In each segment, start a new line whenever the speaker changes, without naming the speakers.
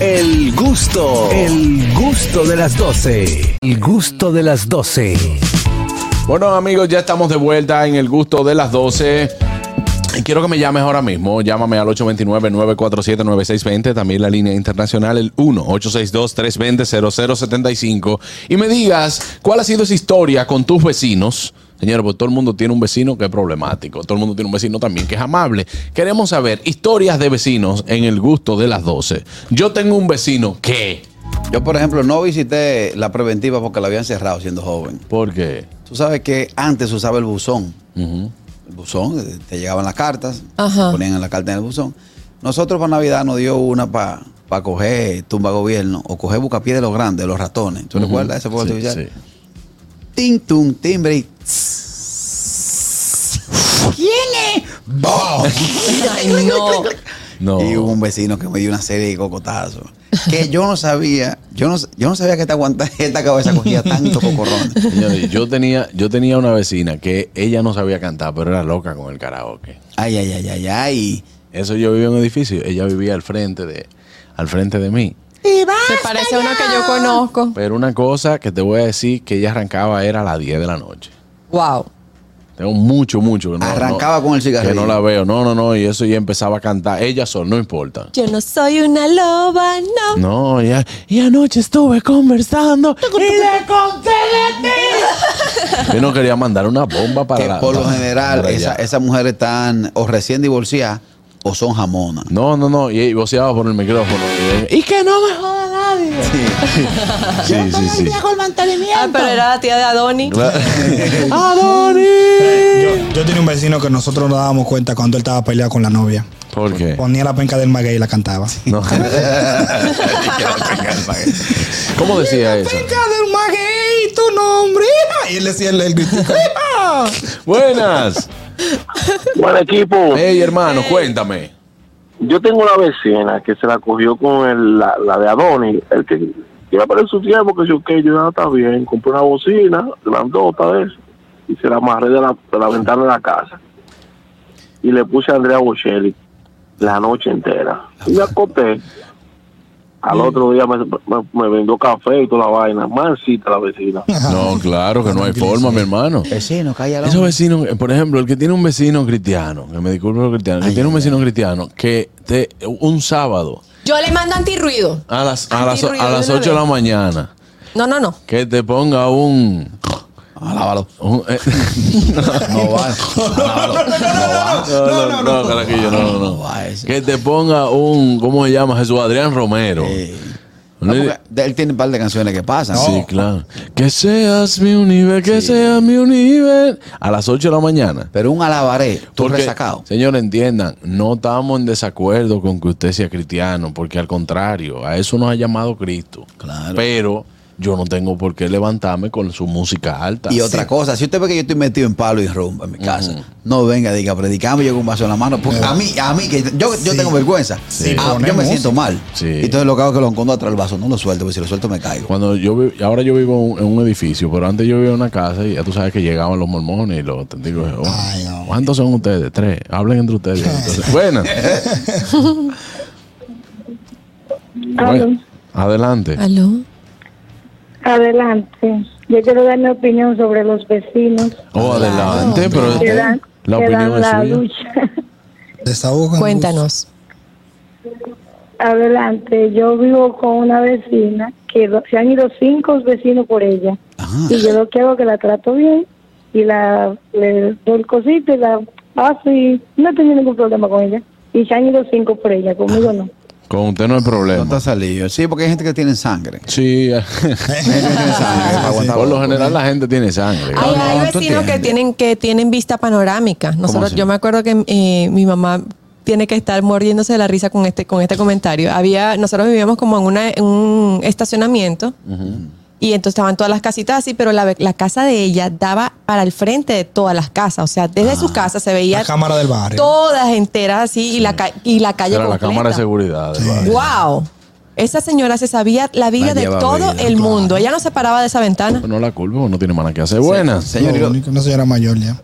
El gusto, el gusto de las 12. El gusto de las 12.
Bueno, amigos, ya estamos de vuelta en el gusto de las 12. Y Quiero que me llames ahora mismo. Llámame al 829-947-9620. También la línea internacional, el 1-862-320-0075. Y me digas cuál ha sido esa historia con tus vecinos. Señores, pues todo el mundo tiene un vecino que es problemático. Todo el mundo tiene un vecino también que es amable. Queremos saber historias de vecinos en el gusto de las 12. Yo tengo un vecino que.
Yo, por ejemplo, no visité la preventiva porque la habían cerrado siendo joven.
¿Por qué?
Tú sabes que antes se usaba el buzón. El buzón, eh, te llegaban las cartas,
Ajá.
se ponían en la carta en el buzón. Nosotros para Navidad nos dio una para coger tumba gobierno o coger bucapié de los grandes, los ratones. ¿Tú recuerdas ese
Sí,
pueblo artificial?
sí.
Ting, tum, timbre y... ¿Quién es? ¡Bom!
Ay, no.
No.
Y hubo un vecino que me dio una serie de cocotazos. Que yo no sabía, yo no, yo no sabía que esta, guanta- esta cabeza cogía tanto cocorrón.
Señores, yo tenía, yo tenía una vecina que ella no sabía cantar, pero era loca con el karaoke.
Ay, ay, ay, ay, ay.
Eso yo vivía en un edificio, ella vivía al frente de, al frente de mí.
Se parece a uno que yo conozco.
Pero una cosa que te voy a decir que ella arrancaba era a las 10 de la noche.
Wow.
Tengo mucho, mucho que no
Arrancaba
no-
con el cigarrillo.
Que no la veo. No, no, no. Y eso ya empezaba a cantar. Ella sola, no importa.
Yo no soy una loba, no.
No, ya. Y anoche estuve conversando y le conté de ti. Yo no quería mandar una bomba para
que
la-
por lo
para-
general
para
esa-
allá.
esas mujeres están o recién divorciadas o son jamonas.
No, no, no. Y voceaba por el micrófono. Y, y que no me joda nadie. Sí, sí, sí.
Ah, pero era la tía de Adoni.
Yo, yo tenía un vecino que nosotros nos dábamos cuenta cuando él estaba peleado con la novia.
¿Por qué?
Ponía la penca del maguey y la cantaba.
No. ¿Cómo decía eso?
del maguey, tu nombre. Y él decía el, el gritico.
Buenas.
Bueno, equipo,
Hey, hermano, cuéntame.
yo tengo una vecina que se la cogió con el- la, la de Adoni, el que iba para su tiempo, que yo, que yo, ah, está bien, compré una bocina, grandota de eso, y se la amarré de la, de la ventana de la casa. Y le puse a Andrea Bocelli la noche entera. Y me acosté. Al otro día me, me, me vendió café y toda la vaina, mansita la vecina.
No, claro que no hay forma, mi hermano.
Vecino, cállalo.
Esos vecinos, eh, por ejemplo, el que tiene un vecino cristiano, que me disculpe los cristianos, el que tiene un vecino cristiano que te, un sábado
Yo le mando antirruido.
a las, a las,
Antirruido
a
de
las
una
8 de
vez.
la mañana,
No, no, no.
que te ponga un...
Alábalo.
un- eh,
Ah, No va. Alábalo. No va.
no, no, no, carajillo, no, no,
No Ah.
no.
va ese.
Que te ponga un, ¿cómo se llama? Jesús Adrián Romero.
Eh, Oh. no, porque él tiene un par de canciones que pasan.
Sí, claro. Que seas mi univer, que seas mi univer. A las 8 de la mañana.
Pero un alabaré, tú
Porque,
resacado.
Señor, entiendan, no estamos en desacuerdo con que usted sea cristiano, porque al contrario, a eso nos ha llamado Cristo.
Claro.
Pero yo no tengo por qué levantarme con su música alta.
Y otra cosa, si usted ve que yo estoy metido en palo y rumba en mi casa, no venga, diga, predicame yo con un vaso en la mano, porque a mí, a mí, que yo, yo
Sí.
tengo vergüenza,
Sí,
Ah,
poner
yo me
música.
siento mal.
Sí.
Entonces lo que hago es que lo encondo atrás del vaso, no lo suelto, porque si lo suelto me caigo.
Cuando yo vi- ahora yo vivo un- en un edificio, pero antes yo vivía en una casa y ya tú sabes que llegaban los mormones y los auténticos. de Jehová.
Ay, hombre.
¿Cuántos son ustedes? Tres. Hablen entre ustedes. Entonces, buenas. Bueno, adelante.
¿Aló?
Adelante. Yo quiero dar mi opinión sobre los vecinos
Oh, adelante, pero
que dan,
la
que dan
opinión es
la
suya.
lucha.
Desahogan.
Cuéntanos.
Adelante. Yo vivo con una vecina que do- se han ido cinco vecinos por ella.
Ah.
Y yo lo que hago es que la trato bien y la le doy el cosito y la paso y no he tenido ningún problema con ella. Y se han ido cinco por ella, conmigo no.
Con usted no hay
No
problema.
está salido. Sí, porque hay gente que tiene sangre.
Sí,
Hay gente que tiene sangre para aguantar
por lo
loco.
general la gente tiene sangre.
Hay,
no,
hay
tú
vecinos que
entiendes.
tienen, que tienen vista panorámica. Nosotros,
así?
yo me acuerdo que eh, mi mamá tiene que estar mordiéndose de la risa con este, con este comentario. Había, nosotros vivíamos como en, una, en un estacionamiento y entonces estaban todas las casitas así, pero la, ve- la casa de ella daba para el frente de todas las casas. O sea, desde su casa se veía
Ah, La cámara del barrio.
todas enteras así y, la, ca- y la calle
Era la
completa.
cámara de seguridad. del barrio.
¡Wow! Esa señora se sabía la vida
La
de
lleva
todo
vida,
el mundo. Ella no se paraba de esa ventana.
No la culpo, no tiene nada que hacer. Buenas.
Señor, y
Lo
lo-
único, una señora mayor ya.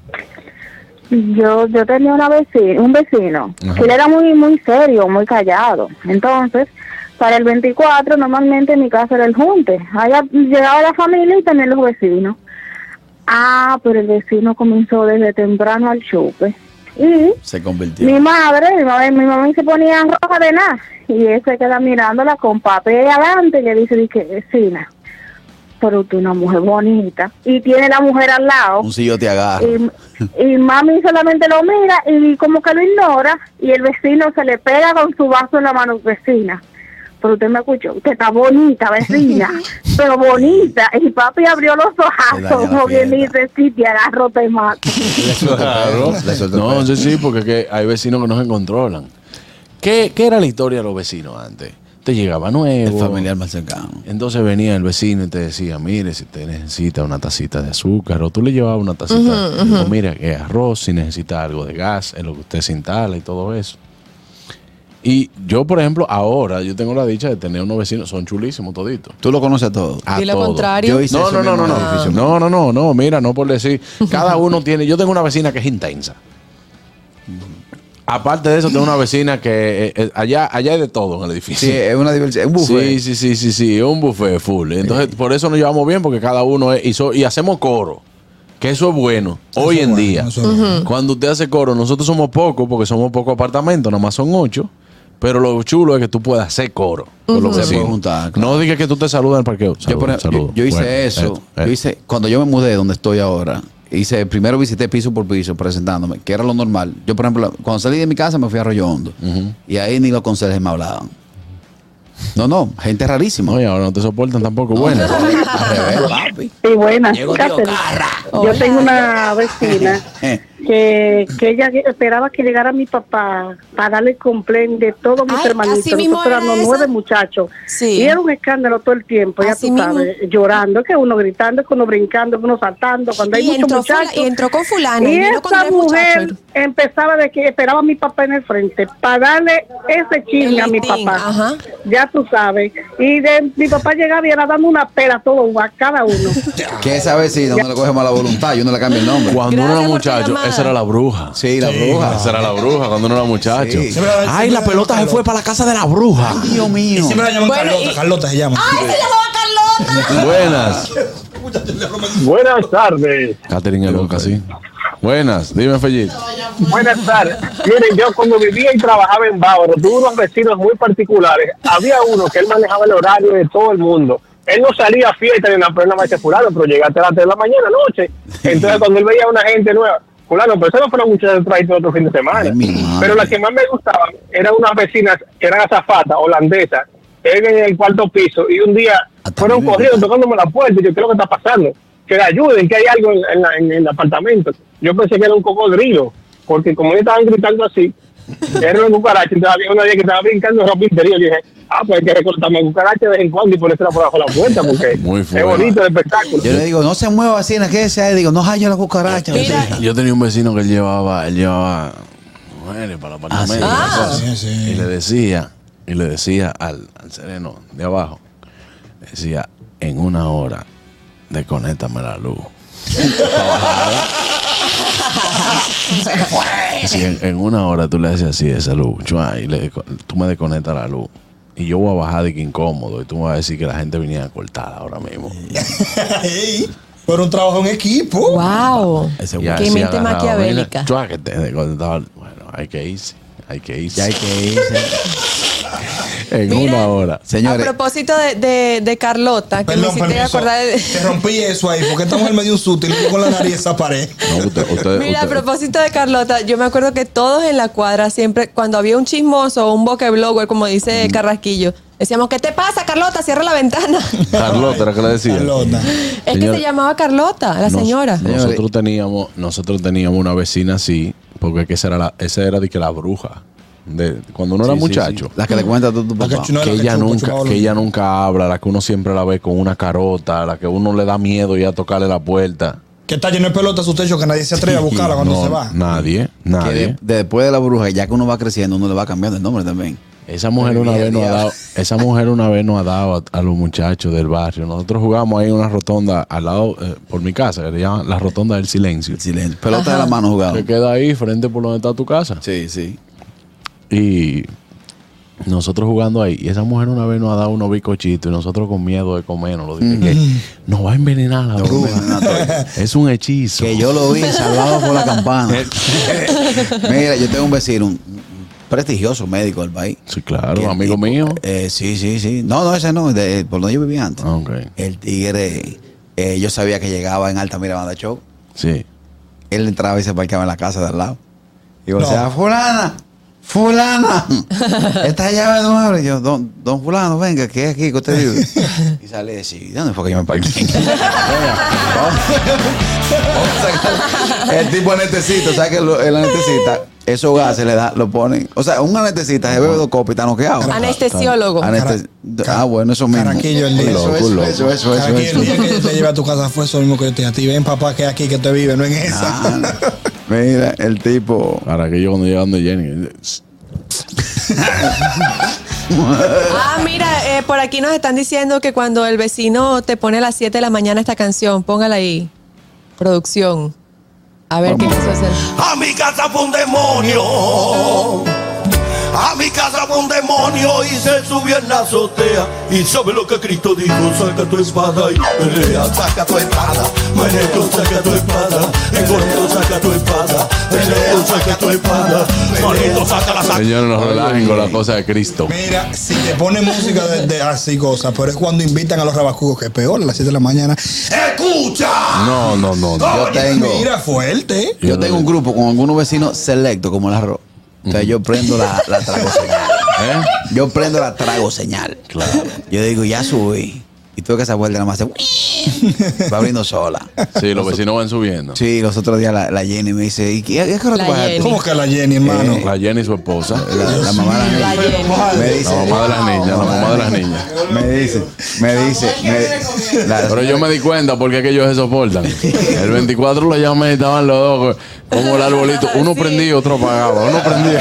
Yo, yo tenía una vecina, un vecino
Ajá.
que él era muy muy serio, muy callado. Entonces, Para el 24 normalmente en mi casa era el junte. Allá llegaba la familia y también los vecinos. Ah, pero el vecino comenzó desde temprano al chupe. Y
Se convirtió.
mi madre, mi mamá, mi mamá se ponía roja de nada. Y él se queda mirándola con papel adelante y le dice, dice, vecina, pero tú una mujer bonita. Y tiene la mujer al lado.
Un sillo te agarra.
Y, y mami solamente lo mira y como que lo ignora y el vecino se le pega con su vaso en la mano vecina. Pero usted me escuchó, usted está bonita, vecina, pero bonita. Y papi abrió los
Le daña la
ojazos, como bien
fiesta.
dice, sí, te agarro, te mato.
Le suelta el pelo,
Claro.
le suelta el
No,
pelo.
sí, sí, porque que hay vecinos que no se controlan. ¿Qué, qué era la historia de los vecinos antes? Te llegaba nuevo.
El familiar más cercano.
Entonces venía el vecino y te decía, mire, si te necesita una tacita de azúcar, o tú le llevabas una tacita, o mira, que eh, arroz, si necesita algo de gas, en lo que usted se instala y todo eso. Y yo, por ejemplo, ahora, yo tengo la dicha de tener unos vecinos, son chulísimos toditos.
Tú lo conoces a todos.
A
y lo
todos.
contrario.
Yo hice-
No, no,
eso
no,
mismo
no,
en
no.
el edificio.
No, no, no, no, mira, no por decir. Cada uno tiene. Yo tengo una vecina que es intensa. Aparte de eso, tengo una vecina que eh, eh, allá, allá hay de todo en el edificio.
Sí, es una diversión. Es un buffet.
Sí, sí, sí, sí, sí, un buffet full. Entonces, por eso nos llevamos bien, porque cada uno es, y, so- y hacemos coro. Que eso es bueno hoy
es
en
bueno,
día.
eso es bueno.
Cuando usted hace coro, nosotros somos pocos, porque somos pocos apartamentos, nada más son ocho. Pero lo chulo es que tú puedas hacer coro. con los
Se puede
vecinos.
juntar, claro.
No digas que tú te saludas en el parqueo.
Yo, por
Saludo,
ejemplo,
saludo.
yo- yo hice
Bueno, eh,
eso.
esto, esto.
Yo hice, cuando yo me mudé donde estoy ahora, hice, primero visité piso por piso presentándome, que era lo normal. Yo, por ejemplo, cuando salí de mi casa me fui a Arroyo Hondo. Y ahí ni los conserjes me hablaban. No, no, gente rarísima.
No, y ahora no te soportan tampoco. bueno.
Al revés, papi.
Y buenas,
Llegó tío
Cáceres.
Hola.
Yo tengo una vecina
Eh.
que, que ella esperaba que llegara mi papá para darle complaint de todos mis
Ay,
hermanitos.
así mismo
Nosotros
era
éramos
esa.
nueve muchachos.
Sí.
Y era un escándalo todo el tiempo, ya
Así
tú sabes, llorando, que uno gritando, que uno brincando, que uno saltando, cuando hay
Y
muchos
entró fula-
muchachos.
y entró con fulano,
Y
y vino con
esa
tres
mujer
muchachos.
empezaba de que esperaba a mi papá en el frente para darle ese chisme
El
a mi
listín,
papá.
ajá.
Ya tú sabes. Y de, mi papá llegaba y era dando una pela a todos, a cada uno.
Que esa vecina uno le coge mala voluntad y uno le cambia el nombre.
Cuando uno era
Gracias por tu
muchacho,
llamada.
esa era la bruja.
Sí, la bruja.
Esa era la bruja cuando uno era muchacho.
Sí.
Ay, la pelota se fue para la casa de la bruja.
Dios mío.
Siempre la llaman
Bueno,
Carlota,
y- Ah.
Carlota se llama.
Buenas.
Buenas tardes.
Catherine el Boca, sí. Buenas, dime, Fellito.
Buenas tardes. Miren, yo cuando vivía y trabajaba en Bávaro, tuve unos vecinos muy particulares. Había uno que él manejaba el horario de todo el mundo. Él no salía a fiesta ni nada, pero él nada más decía, fulano, pero llegaste a las 3 de la mañana, noche. Entonces, cuando él veía a una gente nueva, fulano, pero eso no fueron muchas del trajiste el otro fin de semana.
Ay, mi madre.
pero las que más me gustaban eran unas vecinas que eran azafatas, holandesas, él en el cuarto piso, y un día
Hasta a
fueron
mí Ah, me
corriendo,
gusta.
tocándome la puerta, y yo, ¿qué es lo que está pasando? Que le ayuden, que hay algo en, en la- en el apartamento. Yo pensé que era un cocodrilo, porque como ellos estaban gritando así, era una cucaracha, entonces había una día que estaba brincando en ropa interior, y dije, ah, pues hay que recortarme la cucaracha de vez en cuando y ponérsela por abajo de la puerta, porque
Muy fuerte.
es bonito el espectáculo.
Yo le digo, no se mueva vecina, que sea. Digo, no haya la cucaracha.
Mira,
vecina.
Yo tenía un vecino que él llevaba, él llevaba mujeres para el
Ah, sí.
apartamento.
Ah.
cosas.
Sí, sí.
Y le decía, y le decía al, al sereno de abajo, le decía, en una hora, desconéctame la luz. Si en, en una hora tú le haces así esa luz, chua, y le desco- tú me desconectas la luz. Y yo voy a bajar de que incómodo y tú me vas a decir que la gente venía a cortar ahora mismo.
Ey, Pero un trabajo en equipo.
Wow.
Ese
Y
güey.
así
Qué mente
agarraba,
maquiavélica.
mira, chua, ah, que te desconectaba. Bueno, hay que irse, hay que irse.
Ya hay que irse.
en
Mira.
una hora.
Señores.
A propósito de, de- de Carlota, que
Perdón,
me hiciste
permiso.
acordar de-
Te rompí eso ahí, porque estamos en medio de un susto y le di con la nariz esa pared.
No, usted- usted-
Mira, a
Eh, usted-
propósito de Carlota, yo me acuerdo que todos en la cuadra siempre, cuando había un chismoso o un boqueblogger, como dice Carrasquillo, decíamos, ¿qué te pasa, Carlota? Cierra la ventana.
Carlota, ¿era que le decía?
Carlota.
es que
Señora,
se llamaba Carlota, la
nos-
señora.
nosotros teníamos, nosotros teníamos una vecina así, porque que esa era la, esa era de que la bruja. De, cuando uno era
Sí, sí,
muchacho.
sí. La que le cuentas tú a tu
La que
papá.
chuna- No,
que
la que
ella
chupa,
nunca,
chupa
que
volumen.
ella nunca habla, la que uno siempre la ve con una carota, la que uno le da miedo ya tocarle la puerta.
Que está lleno de pelotas su techo que nadie se atreve a buscarla cuando
No,
se va.
Nadie,
Que
nadie.
de- de después de la bruja, ya que uno va creciendo, uno le va cambiando el nombre también.
Esa mujer una vez nos ha dado, esa mujer una vez nos ha dado a, a los muchachos del barrio. Nosotros jugamos ahí en una rotonda al lado, eh, por mi casa, que le llaman la rotonda del silencio.
El silencio. Pelota de la mano
Ah.
jugado.
Que queda ahí frente por donde está tu casa.
Sí, sí.
Y Nosotros jugando ahí, y esa mujer una vez nos ha dado unos bicochitos y nosotros con miedo de comernos, dije que Mm. nos va a envenenar la bruja. es un hechizo.
Que yo lo vi salvado por la campana. Mira, yo tengo un vecino, un prestigioso médico del país.
Sí, claro,
Que el
amigo
tipo-
mío.
eh, sí, sí, sí. No, no, ese no, de- eh, por donde yo vivía antes.
Ah, ok.
El tigre, eh, yo sabía que llegaba en Altamira Banda Show.
Sí.
Él entraba y se parqueaba en la casa de al lado. Y yo
No.
decía, fulana, fulana, esta llave no abre. Y yo, don, don fulano, venga, que es aquí que usted vive. y sale y decía, ¿dónde fue que yo me parqué? Venga, vamos- vamos a sacar- el tipo anestesista, ¿sabes que lo- el anestesista? Esos gases le da, lo ponen. O sea, un anestesista se bebe dos copas y está noqueado.
Anestesiólogo.
Aneste-
Cara-
ah, bueno, eso mismo.
Caraquillo el día.
Eso, eso, eso, eso, eso,
Cada quien,
eso.
el día que te llevé a tu casa fue eso mismo que yo te dije a ti. Ven, papá, que aquí que te vive, no en esa.
Ah, Mira, el tipo.
Para que yo cuando llegando Jenny.
Ah, mira, eh, por aquí nos están diciendo que cuando el vecino te pone a las 7 de la mañana esta canción, póngala ahí. Producción. A ver qué quiso hacer.
A mi casa fue un demonio. A mi casa fue un demonio y se subió en la azotea. Y sabe lo que Cristo dijo: saca tu espada y pelea. Saca tu espada, Meneo, saca tu espada. Encorto, saca tu espada. Meneo, saca tu espada. Manito, saca la saca.
Señores, nos relajen con la cosa de Cristo.
Mira, si te ponen música de, de así cosas, pero es cuando invitan a los rabacucos, que es peor, a las 7 de la mañana. ¡Escucha!
No, no, no. no.
Yo
Oye,
tengo-
Mira, fuerte.
Yo tengo un grupo con algunos vecinos selectos como el arroz. O sea, yo prendo la, la trago señal.
¿Eh?
Yo prendo la trago señal. Claro. Yo digo, ya subí. Y tú que esa vuelta nada más se va abriendo sola.
Sí, los vecinos van subiendo.
Sí, los otros días la, la Jenny me dice, ¿y qué, a qué hora tú
La
bajaste?
Jenny.
¿Cómo que la Jenny, hermano?
La Jenny y su esposa.
La, la mamá de
La
la niña.
Jenny.
Me
La
dice,
mamá de las niñas, la mamá de las niñas.
Me dice, me dice, me- la-
Pero yo me di cuenta porque es que ellos se soportan. El 24 lo llamé y estaban los dos co- como el arbolito. Uno
Sí.
prendía, otro apagaba. Uno prendía.